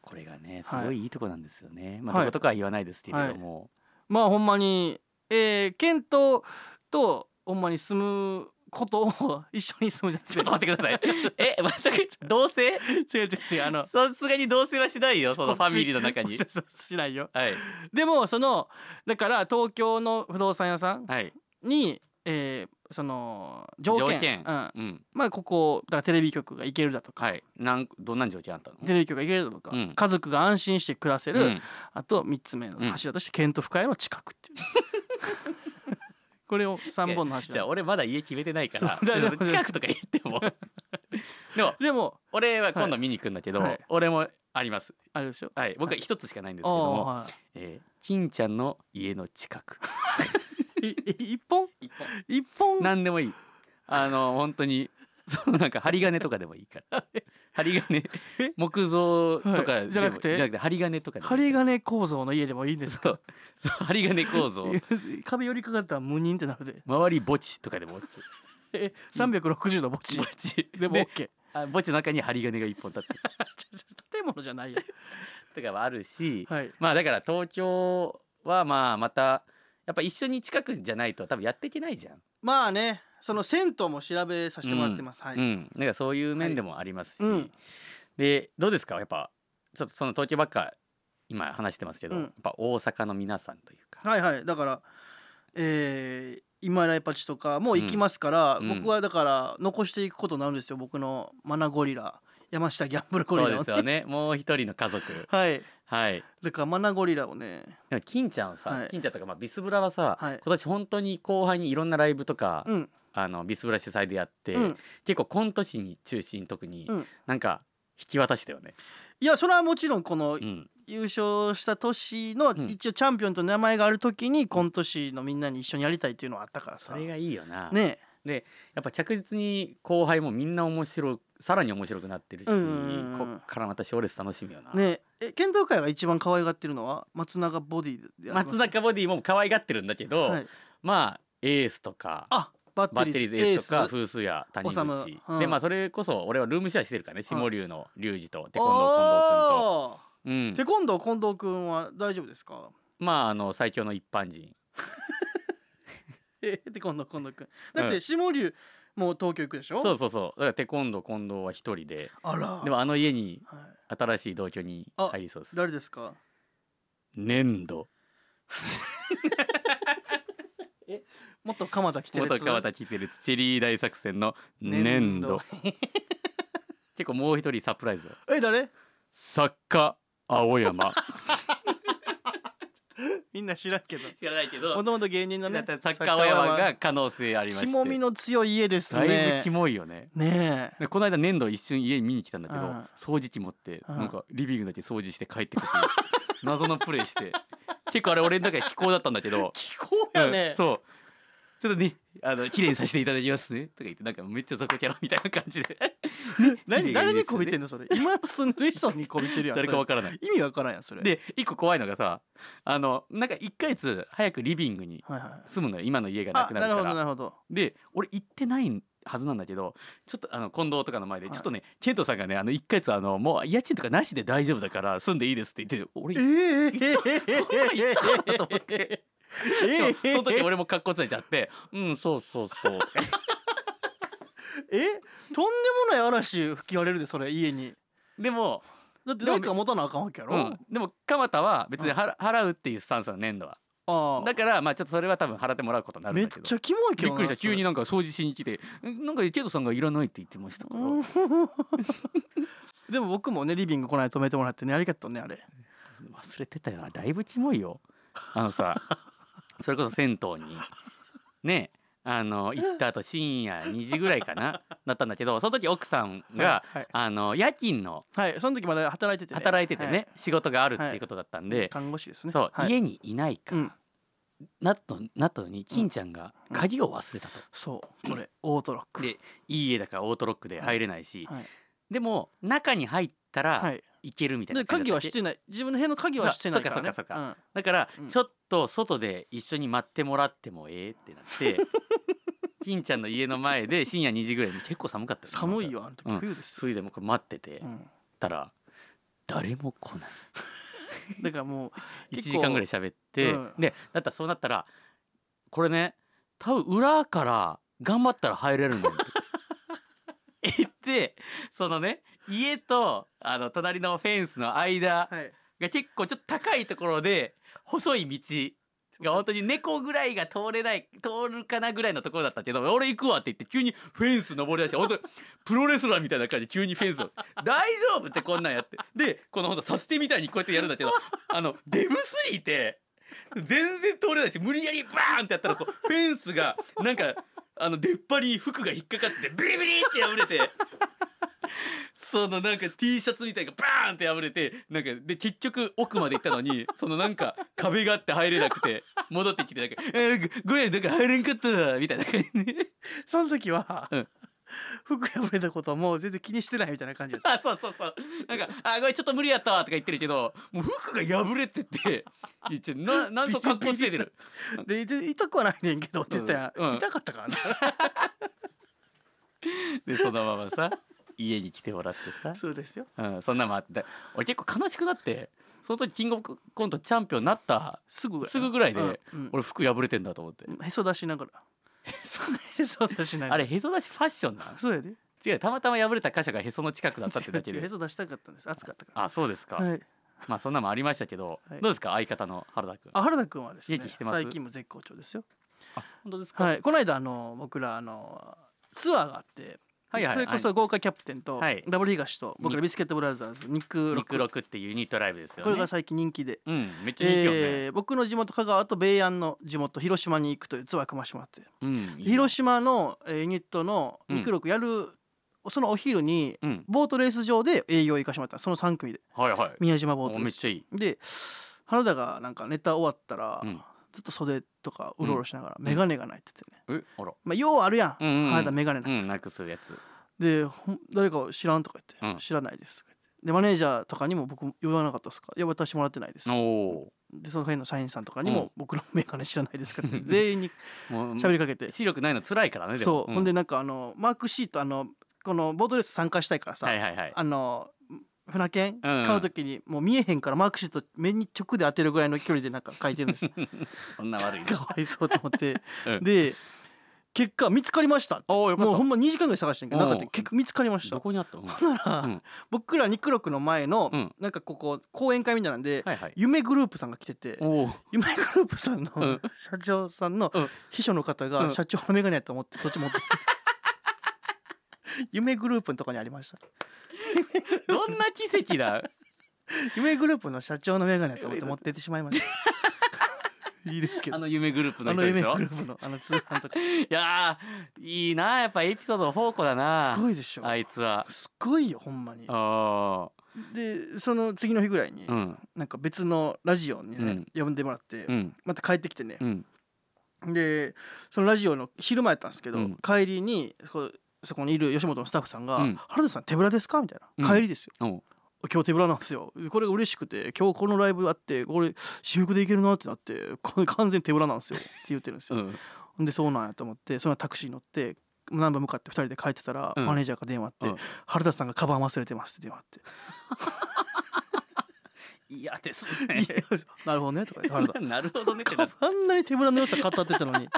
Speaker 3: これがねす
Speaker 4: はい
Speaker 3: ごいいいとこなんですよね、まあ
Speaker 4: は
Speaker 3: ど
Speaker 4: い
Speaker 3: ことかは言わないですけれども、
Speaker 4: まあほんまにえー、ケントとほんまに住むことを一緒に住むじゃなくて
Speaker 3: ちょっと待ってくださいえ全く 同棲
Speaker 4: 違う違う違うあの
Speaker 3: さすがに同棲はしないよそのファミリーの中に
Speaker 4: そうそうしないよ
Speaker 3: はい
Speaker 4: でもそのだから東京の不動産屋さん
Speaker 3: はい
Speaker 4: に、えーその条件
Speaker 3: 条件
Speaker 4: うん、
Speaker 3: うん
Speaker 4: まあここだからテレビ局が行けるだとか、
Speaker 3: はいなんどんな条件あったの
Speaker 4: テレビ局が行けるだとか、
Speaker 3: うん
Speaker 4: 家族が安心して暮らせる、
Speaker 3: うん
Speaker 4: あと3つ目の柱としてケント深への近くっていう、 これを3本の
Speaker 3: じゃあ
Speaker 4: 柱
Speaker 3: 俺まだ家決めてないから
Speaker 4: そうだから
Speaker 3: 近くとか言って もでも
Speaker 4: でも
Speaker 3: 俺は今度見に行くんだけど、
Speaker 4: はい
Speaker 3: 俺もあります
Speaker 4: あれでしょ
Speaker 3: はい僕は一つしかないんですけ
Speaker 4: あ
Speaker 3: ど
Speaker 4: あ
Speaker 3: も、
Speaker 4: はい
Speaker 3: えー金ちゃんの家の近く
Speaker 4: いい一本一本
Speaker 3: 何でもいいあの本当にそのなんか針金とかでもいいから針金木造とかでも、
Speaker 4: はいじゃなくて
Speaker 3: じゃなくて針金とかでもいい
Speaker 4: 針金構造の家でもいいんです
Speaker 3: そ
Speaker 4: か
Speaker 3: うそう針金構 造
Speaker 4: 壁寄りかかったら無人ってなるで
Speaker 3: 周り墓地とかでも OK
Speaker 4: え360度墓地
Speaker 3: 墓地
Speaker 4: でも OK
Speaker 3: あ墓地の中に針金が一本立ってる
Speaker 4: 建物じゃないや
Speaker 3: とかはあるし、
Speaker 4: はい
Speaker 3: まあだから東京はまあまたやっぱ一緒に近くじゃないと多分やっていけないじゃん、
Speaker 4: まあねその銭湯も調べさせてもらってます、は
Speaker 3: う
Speaker 4: い
Speaker 3: ん、なんかそういう面でもありますし、
Speaker 4: はいうん
Speaker 3: でどうですかやっぱちょっとその東京ばっか今話してますけど、
Speaker 4: うん
Speaker 3: やっぱ大阪の皆さんというか、
Speaker 4: はいはいだからえー今井ライパチとかも行きますから、
Speaker 3: うん
Speaker 4: 僕はだから残していくことになるんですよ僕のマナゴリラ山下ギャンブルゴリ
Speaker 3: そう
Speaker 4: ラ
Speaker 3: で
Speaker 4: をね
Speaker 3: すよ ねもう一人の家族
Speaker 4: はい
Speaker 3: はい
Speaker 4: だからマナゴリラをね
Speaker 3: でも金ちゃんさ、
Speaker 4: はい
Speaker 3: 金ちゃんとか、まあ、ビスブラはさ、
Speaker 4: はい
Speaker 3: 今年本当に後輩にいろんなライブとか、
Speaker 4: うん
Speaker 3: あのビスブラ主催でやって、
Speaker 4: うん
Speaker 3: 結構コント師に中心特に、
Speaker 4: うん
Speaker 3: なんか引き渡したよね。
Speaker 4: いやそれはもちろんこの
Speaker 3: うん
Speaker 4: 優勝した年の
Speaker 3: うん
Speaker 4: 一応チャンピオンと名前がある時にコント師のみんなに一緒にやりたいっていうのはあったから
Speaker 3: そ
Speaker 4: さ
Speaker 3: れ
Speaker 4: ね
Speaker 3: がいいよな、
Speaker 4: え
Speaker 3: やっぱ着実に後輩もみんな面白くさらに面白くなってるし、
Speaker 4: うんうんうん
Speaker 3: こっからまた賞レース楽しみよな、
Speaker 4: ねええ剣道界が一番可愛がってるのは松永ボディであります
Speaker 3: 松坂ボディも可愛がってるんだけど、
Speaker 4: はい
Speaker 3: まあエースとか
Speaker 4: あバ
Speaker 3: バ
Speaker 4: ッ
Speaker 3: ッ
Speaker 4: テ
Speaker 3: テ
Speaker 4: リ
Speaker 3: リー
Speaker 4: ーズ
Speaker 3: ズ
Speaker 4: エ
Speaker 3: エ
Speaker 4: ー
Speaker 3: ー
Speaker 4: ス
Speaker 3: ス
Speaker 4: と
Speaker 3: と
Speaker 4: か
Speaker 3: か風水や谷
Speaker 4: 修
Speaker 3: 口、
Speaker 4: うん
Speaker 3: でまあそれこそ俺はルームシェアしてるからね下流の龍二とテコンドー近
Speaker 4: おー
Speaker 3: 藤君と、
Speaker 4: テコンドー近藤君は大丈夫ですか
Speaker 3: うん、まああの最強の一般人
Speaker 4: えーテコンドー近藤君だっ
Speaker 3: う
Speaker 4: て
Speaker 3: ん
Speaker 4: 下流もう東京行くでしょ
Speaker 3: そうそうそうだからテコンドー近藤は一人で
Speaker 4: あら
Speaker 3: でもあの家に
Speaker 4: はい
Speaker 3: 新しい同居に入りそうです
Speaker 4: 誰ですか
Speaker 3: 粘土
Speaker 4: もっと鎌田来てる
Speaker 3: 元川田キペルツチェリー大作戦の粘
Speaker 4: 粘
Speaker 3: 土
Speaker 4: 土
Speaker 3: 結構もう一人サプライズを
Speaker 4: え誰
Speaker 3: 作家青山
Speaker 4: みんな知らんけど
Speaker 3: 知らないけど
Speaker 4: もともと芸人のね
Speaker 3: 作家青山が可能性ありまして
Speaker 4: きもみの強い家です
Speaker 3: だいぶ
Speaker 4: ね
Speaker 3: キモいよね
Speaker 4: ねえ
Speaker 3: でこの間粘土一瞬家に見に来たんだけど
Speaker 4: うん
Speaker 3: 掃除機持って
Speaker 4: うん
Speaker 3: なんかリビングだけ掃除して帰ってく る謎のプレイして結構あれ俺の中で気候だったんだけど、
Speaker 4: 気候や
Speaker 3: う
Speaker 4: ね
Speaker 3: んそうちょっとねあの綺麗にさせていただきますねとか言ってなんかめっちゃ雑魚キャラみたいな感 じで
Speaker 4: 何誰にこびてん
Speaker 3: の
Speaker 4: のそれ今住んでる人にこびてるやん
Speaker 3: 誰かわ
Speaker 4: そ
Speaker 3: からない
Speaker 4: れ意味わからんやんそれ
Speaker 3: で一個怖いのがさあのなんか1ヶ月早くリビングに
Speaker 4: はいはい
Speaker 3: 住むのよ今の家がな
Speaker 4: あ
Speaker 3: くな
Speaker 4: な
Speaker 3: る
Speaker 4: る
Speaker 3: か
Speaker 4: ほどな
Speaker 3: ら
Speaker 4: るほど
Speaker 3: で俺行ってないはずなんだけどちょっとあの近藤とかの前で
Speaker 4: はい
Speaker 3: ちょっとね、ケントさんがねあの1ヶ月あのもう家賃とかなしで大丈夫だから住んでいいですって言って俺
Speaker 4: え
Speaker 3: 行っ
Speaker 4: ええ
Speaker 3: たと思 って
Speaker 4: え
Speaker 3: その時俺も格好ついちゃって「うんそうそうそう」とか言って
Speaker 4: えとんでもない嵐吹き荒れるでそれ家に
Speaker 3: でも、
Speaker 4: だって誰かが持たなあかんわけやろ、
Speaker 3: うん、でも鎌田は別に払払うっていうスタンスなの年度は
Speaker 4: あ
Speaker 3: だからまあちょっとそれは多分払ってもらうことになる
Speaker 4: め
Speaker 3: ん
Speaker 4: っ
Speaker 3: だけど
Speaker 4: ちゃキモいけ
Speaker 3: び
Speaker 4: ど
Speaker 3: っ
Speaker 4: な
Speaker 3: くりした急に
Speaker 4: そ
Speaker 3: なんか掃除しに来て「んなんかケントさんがいらないって言ってましたから」
Speaker 4: れうんでも僕もねリビングこの間止めてもらってねありがとうねあれ
Speaker 3: 忘れてたよなだいぶキモいよあの さそれこそ銭湯にねあの行った後深夜2時ぐらいか なだったんだけどその時奥さんが、
Speaker 4: はい
Speaker 3: あの夜勤の
Speaker 4: はい、その時まだ働いてて、ね、
Speaker 3: 働いててね、
Speaker 4: は
Speaker 3: 仕事があるっていうことだったんで、
Speaker 4: 看護師ですね
Speaker 3: そう、
Speaker 4: はい、
Speaker 3: 家にいないか、
Speaker 4: うん
Speaker 3: なったのなったのに金ちゃんが鍵を忘れたと、
Speaker 4: そうこれオートロック
Speaker 3: でいい家だからオートロックで入れないし、
Speaker 4: はい
Speaker 3: でも中に入った
Speaker 4: は
Speaker 3: ら
Speaker 4: い
Speaker 3: 行けるみたいな
Speaker 4: で
Speaker 3: 感じ
Speaker 4: 鍵
Speaker 3: だっ
Speaker 4: は
Speaker 3: たっけ
Speaker 4: してない自分の部屋の鍵はしてないから、ね、
Speaker 3: そうかそうかそう
Speaker 4: か、
Speaker 3: だから、
Speaker 4: うん
Speaker 3: ちょっと外で一緒に待ってもらってもええってなって 金ちゃんの家の前で深夜2時ぐらいに結構寒かった
Speaker 4: うん、
Speaker 3: よ
Speaker 4: 寒いよあの時
Speaker 3: うん
Speaker 4: 冬ですよ、
Speaker 3: 冬でもこれ待ってて、
Speaker 4: うん
Speaker 3: たら誰も来ない
Speaker 4: だからもう
Speaker 3: 1
Speaker 4: 結
Speaker 3: 時
Speaker 4: 構
Speaker 3: 間ぐらい喋って、
Speaker 4: うん
Speaker 3: でだったらそうなったらこれね多分裏から頑張ったら入れるん だよ言ってそのね家とあの隣のフェンスの間、
Speaker 4: はい
Speaker 3: が結構ちょっと高いところで細い道が本当に猫ぐらいが通れない通るかなぐらいのところだったけど俺行くわって言って急にフェンス登り出して本当にプロレスラーみたいな感じで急にフェンスを 「大丈夫?」ってこんなんやってでこのほんとサステみたいにこうやってやるんだけどあのデブすぎて全然通れないし無理やりバーンってやったらこうフェンスがなんかあの出っ張りに服が引っかかってビリビリって破れて。そのなんか T シャツみたいなのがバーンって破れてなんかで結局奥まで行ったのに そのなんか壁があって入れなくて戻ってきてなんか「えー、ごごめんなんか入れんかった」みたいな感じで
Speaker 4: その時は、
Speaker 3: うん
Speaker 4: 服破れたことはもう全然気にしてないみたいな感じだっ
Speaker 3: あそうそうそうなんか「あごめんちょっと無理やったわ」とか言ってるけどもう服が破れてていやちょななんそう格好つけてる
Speaker 4: たでで痛くはないねんけどって言ったら、
Speaker 3: うんうん
Speaker 4: 痛かったからね
Speaker 3: でそのままさ家に来てもらってさ、
Speaker 4: そうですよ
Speaker 3: うん、そんなのもあって俺結構悲しくなってその時キングオブコントチャンピオンになった
Speaker 4: すぐぐらい
Speaker 3: すぐぐらいで、
Speaker 4: うん
Speaker 3: 俺服破れてんだと思って。
Speaker 4: うんへそ出しながらへそ出しながら
Speaker 3: あれへそ出しファッションなん
Speaker 4: そうやで
Speaker 3: 違うたまたま破れた箇所がへその近くだったってだけ
Speaker 4: 違う違う
Speaker 3: で
Speaker 4: へそ出したかったんです暑かったから
Speaker 3: あそうですか、
Speaker 4: はい、
Speaker 3: まあそんなもんありましたけど、
Speaker 4: はい
Speaker 3: どうですか相方の原田君
Speaker 4: あ原田君はですね
Speaker 3: 刺激してます
Speaker 4: 最近も絶好調ですよ
Speaker 3: 本当ですか。
Speaker 4: はい、この間あの僕らあのツアーがあって、
Speaker 3: はいはい
Speaker 4: それこそ豪華キャプテンと、
Speaker 3: はい
Speaker 4: ダブル東と僕らビスケットブラザーズ肉
Speaker 3: ニ
Speaker 4: 六
Speaker 3: クロクっていうユニットライブですよね。
Speaker 4: これが最近人気で、
Speaker 3: うん、めっちゃ人気よね。
Speaker 4: えー僕の地元香川と米安の地元広島に行くというツアー組ましてもらって
Speaker 3: うん、いいよ
Speaker 4: 広島のえーユニットの肉六やる、そのお昼に
Speaker 3: うん、
Speaker 4: ボートレース場で営業行かしてもらったその3組で
Speaker 3: はいはい。
Speaker 4: 宮島ボ
Speaker 3: お
Speaker 4: ートレ
Speaker 3: めっ
Speaker 4: ース
Speaker 3: ちゃいい。
Speaker 4: で原田がなんかネタ終わったら、
Speaker 3: うん
Speaker 4: ずっと袖とかうろうろしながら、眼鏡がないって言ってね、
Speaker 3: え、あら。
Speaker 4: まあ、ようあるやん、
Speaker 3: うんうんうん
Speaker 4: 原田眼鏡な
Speaker 3: う
Speaker 4: い、
Speaker 3: ん、なくすやつ。
Speaker 4: でほん誰か知らんとか言って、
Speaker 3: うん
Speaker 4: 知らないですとか言ってでマネージャーとかにも僕も言わなかったですかいや渡してもらってないです
Speaker 3: おお
Speaker 4: でその辺の社員さんとかに
Speaker 3: うん
Speaker 4: も僕のメガネ知らないですかっ て全員に
Speaker 3: ー。もう
Speaker 4: 喋りかけて
Speaker 3: 視力ないの辛いからね。でも
Speaker 4: そう、
Speaker 3: ん、
Speaker 4: ほんでなんかあのマークシートあのこのボートレース参加したいからさ、
Speaker 3: はいはいはい。
Speaker 4: あの船券
Speaker 3: うんうん
Speaker 4: 買う時にもう見えへんからマークシート目に直で当てるぐらいの距離でなんか書いてるん ですよ
Speaker 3: そんな悪いの。
Speaker 4: かわいそうと思って、
Speaker 3: うん
Speaker 4: で結果見つかりました
Speaker 3: おお、よか
Speaker 4: もう
Speaker 3: っ
Speaker 4: ほんま2時間ぐらい探してんけどなかった
Speaker 3: うん
Speaker 4: 結局見つかりま
Speaker 3: た。
Speaker 4: し
Speaker 3: ど
Speaker 4: た
Speaker 3: こにあったの。うん
Speaker 4: 僕ら肉六の前の
Speaker 3: うん
Speaker 4: なんかここ講演会みたいなんで
Speaker 3: はいはい。
Speaker 4: 夢グループさんが来てて
Speaker 3: おお。
Speaker 4: 夢グループさんの
Speaker 3: うん
Speaker 4: 社長さんの
Speaker 3: うん
Speaker 4: 秘書の方
Speaker 3: う
Speaker 4: が
Speaker 3: ん
Speaker 4: 社長の眼鏡やと思ってそっち持ってきて夢グループのとこにありました
Speaker 3: どんな奇跡だ。
Speaker 4: 夢グループの社長の眼鏡やと思って持ってってしまいました いいですけど
Speaker 3: あ
Speaker 4: あの
Speaker 3: の夢グループの人で
Speaker 4: 夢
Speaker 3: しょ
Speaker 4: グ。ループのあの通販とか
Speaker 3: いやー、いいな、やっぱエピソードの宝庫だな。
Speaker 4: すごいでしょ
Speaker 3: あいつ は。
Speaker 4: すごいよほんまに
Speaker 3: あ
Speaker 4: でその次の日ぐらいに
Speaker 3: あ。うん。
Speaker 4: なんか別のラジオにね呼んでもらって
Speaker 3: うん。
Speaker 4: また帰ってきてね
Speaker 3: うん。
Speaker 4: でそのラジオの昼前やったんですけど、
Speaker 3: うん
Speaker 4: 帰りにこうそこにいる吉本のスタッフさんが
Speaker 3: うん
Speaker 4: 「原田さん手ぶらですか?」みたいな「
Speaker 3: うん
Speaker 4: 帰りですよ
Speaker 3: おう
Speaker 4: 今日手ぶらなんですよこれが嬉しくて今日このライブあってこれ私服でいけるな」ってなってこれ完全に手ぶらなんですよって言ってるんです
Speaker 3: う
Speaker 4: よ。
Speaker 3: ん。
Speaker 4: ほんでそうなんやと思ってそのタクシーに乗って南波向かって2人で帰ってたら、
Speaker 3: うん
Speaker 4: マネージャーが電話あって、
Speaker 3: うん
Speaker 4: 原田さんがカバン忘れてます」って電話あって
Speaker 3: いやです
Speaker 4: 「
Speaker 3: ね。
Speaker 4: なるほどね」とか言って原 田
Speaker 3: なるほどねってなる。
Speaker 4: カバンあんなに手ぶらの良さ語ってたのに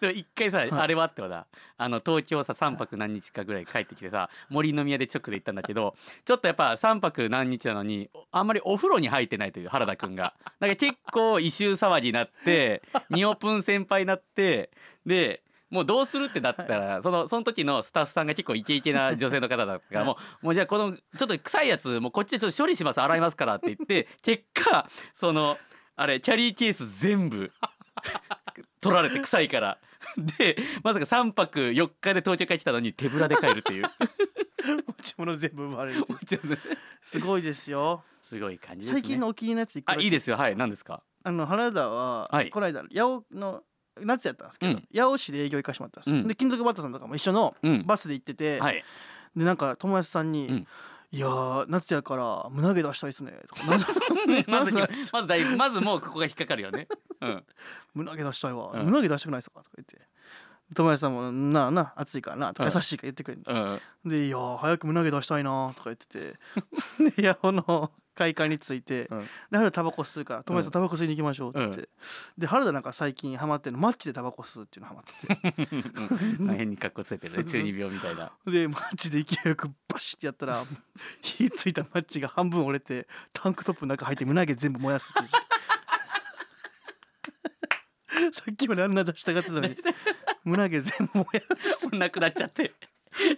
Speaker 3: でも一回さ、あれはあってはだあの東京さ3泊何日かぐらい帰ってきてさ森の宮で直で行ったんだけどちょっとやっぱ3泊何日なのにおあんまりお風呂に入ってないという原田くんがなんか結構異臭騒ぎになって2オプン先輩になってでもうどうするってだったらそのその時のスタッフさんが結構イケイケな女性の方だったからもうもうじゃあこのちょっと臭いやつもうこっちでちょっと処理します洗いますからって言って結果そのあれキャリーケース全部取られて臭いからでまさか3泊4日で到着帰ってきたのに手ぶらで帰るって いう
Speaker 4: 持ち物全部奪われるっていう
Speaker 3: ちょっとね
Speaker 4: すごいですよ
Speaker 3: すごい感じですね
Speaker 4: 最近のお気に入りのやついく
Speaker 3: あ
Speaker 4: ら
Speaker 3: いいですよはい何ですか
Speaker 4: あの原田は、
Speaker 3: はい
Speaker 4: この間八尾の夏やったんですけど、
Speaker 3: うん
Speaker 4: 八尾市で営業行かしてもらったんですよ、
Speaker 3: うん
Speaker 4: で金属バッタさんとかも一緒の
Speaker 3: うん
Speaker 4: バスで行ってて、
Speaker 3: はい
Speaker 4: でなんか友達さんに「
Speaker 3: うん
Speaker 4: いやー夏やから胸毛出したい っすね」とか謎
Speaker 3: まず
Speaker 4: 謎
Speaker 3: ま
Speaker 4: の
Speaker 3: ずまずだいぶまずもうここが引っかかるよねうん
Speaker 4: 「胸毛出したいわ、
Speaker 3: うん
Speaker 4: 胸毛出したくないっすか?」とか言って。友達さんも「なあなあ暑いからな」とか
Speaker 3: うん
Speaker 4: 優しいから言ってくれる、
Speaker 3: うん
Speaker 4: で「いやー早く胸毛出したいな」とか言って てで八尾の会館について、
Speaker 3: うん
Speaker 4: で原田タバコ吸うから友達さんタバコ吸いに行きましょうっつって、
Speaker 3: う
Speaker 4: で原田なんか最近ハマってるのマッチでタバコ吸うっていうのハマってて
Speaker 3: 大変に格好つけてるね中二病みたいな
Speaker 4: でマッチで勢いよくバシッてやったら 火ついたマッチが半分折れてタンクトップの中入って胸毛全部燃やすってい うさっきまであんな出したがってたのに胸毛全部燃やす
Speaker 3: もうなくなっちゃって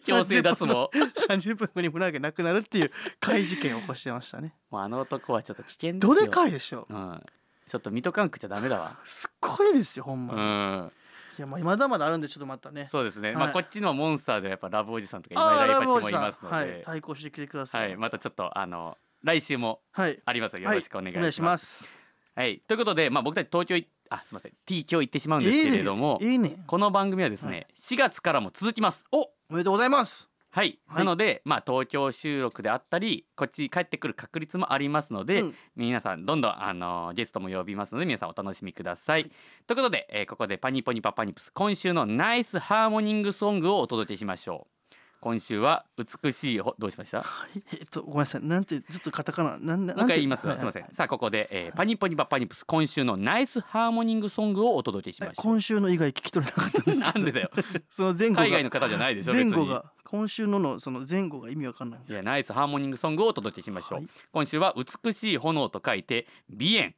Speaker 3: 強制脱毛も
Speaker 4: 30分後に胸毛なくなるっていう怪事件を起こしてましたね
Speaker 3: うあの男はちょっと危険です
Speaker 4: ど
Speaker 3: よ
Speaker 4: でかいでしょう
Speaker 3: うんちょっとミトカン食っちゃダメだわ
Speaker 4: すっごいですよほんま
Speaker 3: う
Speaker 4: に、い
Speaker 3: ん
Speaker 4: やまあまだまだあるんでちょっとまたね
Speaker 3: そうですね
Speaker 4: はい
Speaker 3: まあこっちのモンスターではやっぱラブおじさんとか
Speaker 4: あ
Speaker 3: 今
Speaker 4: あ
Speaker 3: 井
Speaker 4: ラ
Speaker 3: 大
Speaker 4: ブ
Speaker 3: パ
Speaker 4: お
Speaker 3: チも
Speaker 4: じ
Speaker 3: い
Speaker 4: さん
Speaker 3: ますの
Speaker 4: はい
Speaker 3: で
Speaker 4: 対抗してきてくださ
Speaker 3: はいいまたちょっとあの来週も
Speaker 4: はい
Speaker 3: ありますよよろしくお願いします。
Speaker 4: はお願いします
Speaker 3: はい、ということで、まあ、僕たち東京いあすみません T 京行ってしまうんですけれども、
Speaker 4: いいねいいね
Speaker 3: この番組はですね、
Speaker 4: は
Speaker 3: 4月からも続きます。
Speaker 4: おおめでとうございます
Speaker 3: はい、
Speaker 4: はい
Speaker 3: なので、まあ、東京収録であったりこっち帰ってくる確率もありますので、
Speaker 4: うん
Speaker 3: 皆さんどんどん、あのーゲストも呼びますので皆さんお楽しみください。ということで、えーここで「パニポニパパニプス」今週のナイスハーモニングソングをお届けしましょう。今週は美しいほどうしました
Speaker 4: えっと、ごめんなさい、なんて、ずっとカタカナ、なん、な
Speaker 3: もう一
Speaker 4: んて
Speaker 3: 回言います。すみ
Speaker 4: はは
Speaker 3: ません。さあここで、えーパニポニパパニプス今週のナイスハーモニングソングをお届けしま
Speaker 4: え
Speaker 3: しょう。
Speaker 4: 今週の以外聞き取れなかったんですけ
Speaker 3: な
Speaker 4: ど。
Speaker 3: んでだよ。
Speaker 4: その前後が。
Speaker 3: 海外の方じゃないでしょ。
Speaker 4: 前
Speaker 3: 別に
Speaker 4: 後が、今週のの、その前後が意味わかんないんで
Speaker 3: い
Speaker 4: すけ
Speaker 3: や
Speaker 4: ど。
Speaker 3: ナイスハーモニングソングをお届けしましょう。
Speaker 4: はい
Speaker 3: 今週は美しい炎と書いて鼻炎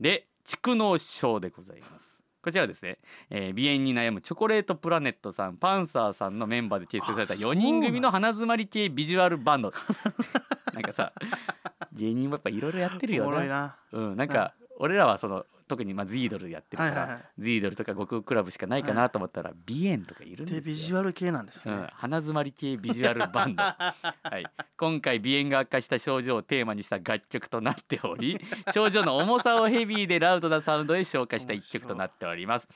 Speaker 3: で蓄膿症でございます。こちらはですね、えー鼻炎に悩むチョコレートプラネットさんパンサーさんのメンバーで結成された
Speaker 4: あそ
Speaker 3: 4
Speaker 4: うなん
Speaker 3: 人組の鼻づまり系ビジュアルバンド なんかさ芸人もやっぱいろいろやってる
Speaker 4: お
Speaker 3: よ
Speaker 4: もろい
Speaker 3: ね
Speaker 4: な
Speaker 3: うん、なんか俺らはその特にまあ Z ドルやってるから、
Speaker 4: はいはいはい
Speaker 3: Z ドルとか極クラブしかないかなと思ったら、鼻炎とかいるんですよ
Speaker 4: でビジュアル系なんです
Speaker 3: う
Speaker 4: ね、
Speaker 3: ん、鼻づまり系ビジュアルバ ンド、はい、今回鼻炎が悪化した症状をテーマにした楽曲となってお り症状の重さをヘビーでラウドなサウンドで消化した一曲となっております。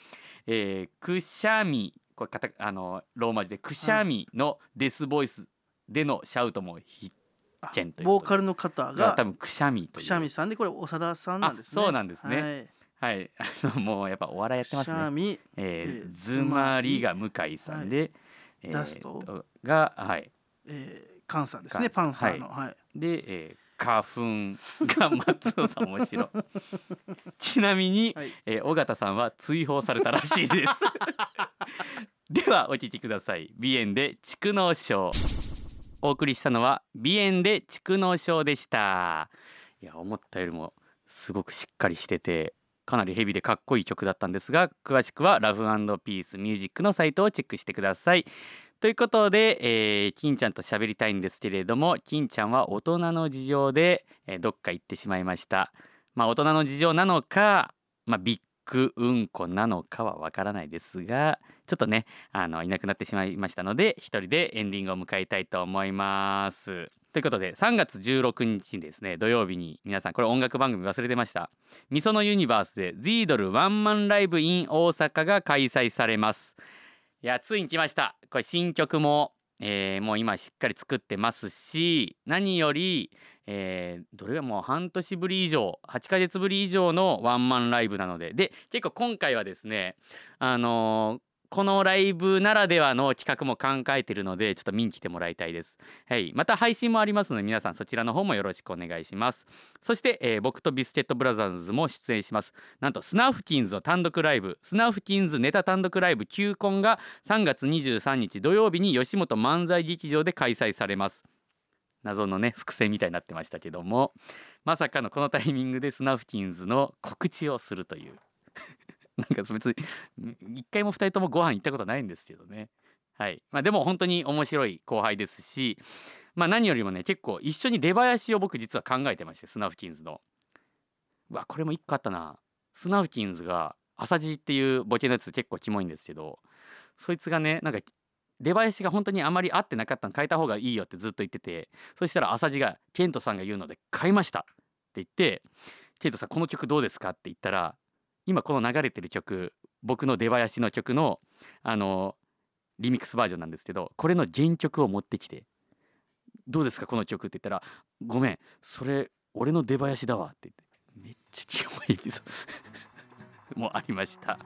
Speaker 3: えーくしゃみこれカタあのローマ字でくしゃみのデスボイスでのシャウトも必
Speaker 4: あ
Speaker 3: 見ということで
Speaker 4: ボーカルの方が
Speaker 3: 多分くしゃみという
Speaker 4: くしゃみさんでこれ長田さんなんですね
Speaker 3: あそうなんですね
Speaker 4: はい
Speaker 3: はい、あのもうやっぱお笑いやって
Speaker 4: く
Speaker 3: ま
Speaker 4: し
Speaker 3: すね
Speaker 4: ゃ。み
Speaker 3: えー、
Speaker 4: で
Speaker 3: ズマリが向井さんで、えー
Speaker 4: ダスト
Speaker 3: とがはい
Speaker 4: えーカンさんですね
Speaker 3: カ
Speaker 4: パ
Speaker 3: ン
Speaker 4: ン
Speaker 3: さ
Speaker 4: サ
Speaker 3: ん
Speaker 4: ーのはい
Speaker 3: で、えー、花粉が 松尾さん面白いちなみに、
Speaker 4: はい
Speaker 3: えー尾形さんは追放されたらしいですではお聞きください鼻炎で蓄膿症お送りしたのは鼻炎で蓄膿症でしたいや思ったよりもすごくしっかりしててかなりヘビでかっこいい曲だったんですが詳しくはラフピースミュージックのサイトをチェックしてくださいということで、えー金ちゃんと喋りたいんですけれども金ちゃんは大人の事情で、えーどっか行ってしまいましたまあ大人の事情なのかまあビッグうんこなのかはわからないですがちょっとねあのいなくなってしまいましたので一人でエンディングを迎えたいと思いますということで3月16日にですね土曜日に皆さんこれ音楽番組忘れてましたみそのユニバースで Z ドルワンマンライブ in 大阪が開催されますいやついに来ましたこれ新曲も、えーもう今しっかり作ってますし何より、えーどれがもう半年ぶり以上8ヶ月ぶり以上のワンマンライブなのでで結構今回はですねあのーこのライブならではの企画も考えてるのでちょっと見に来てもらいたいです。はい、また配信もありますので皆さんそちらの方もよろしくお願いします。そして、えー僕とビスケットブラザーズも出演します。なんとスナフキンズの単独ライブスナフキンズネタ単独ライブ球コンが3月23日土曜日に吉本漫才劇場で開催されます謎のね伏線みたいになってましたけどもまさかのこのタイミングでスナフキンズの告知をするという なんか別にん一回も二人ともご飯行ったことないんですけどねはいまあでも本当に面白い後輩ですしまあ何よりもね結構一緒に出囃子を僕実は考えてましてスナフキンズのうわこれも一個あったなスナフキンズが朝地っていうボケのやつ結構キモいんですけどそいつがねなんか出囃子が本当にあまり合ってなかったの変えた方がいいよってずっと言っててそしたら浅地がケントさんが言うので変えましたって言ってケントさんこの曲どうですかって言ったら今この流れてる曲僕の出囃子の曲のあのリミックスバージョンなんですけどこれの原曲を持ってきてどうですかこの曲って言ったらごめんそれ俺の出囃子だわって言ってめっちゃキモいエピソード もありました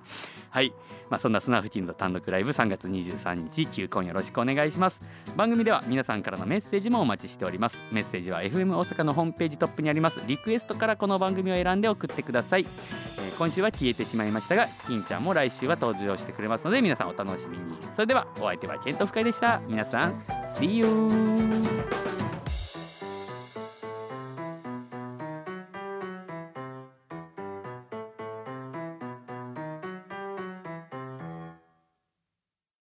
Speaker 3: はいまあ、そんなスナフキンの単独ライブ3月23日休婚よろしくお願いします番組では皆さんからのメッセージもお待ちしておりますメッセージは FM 大阪のホームページトップにありますリクエストからこの番組を選んで送ってください、えー今週は消えてしまいましたが金ちゃんも来週は登場してくれますので皆さんお楽しみにそれではお相手はケントフカイでした皆さん See you!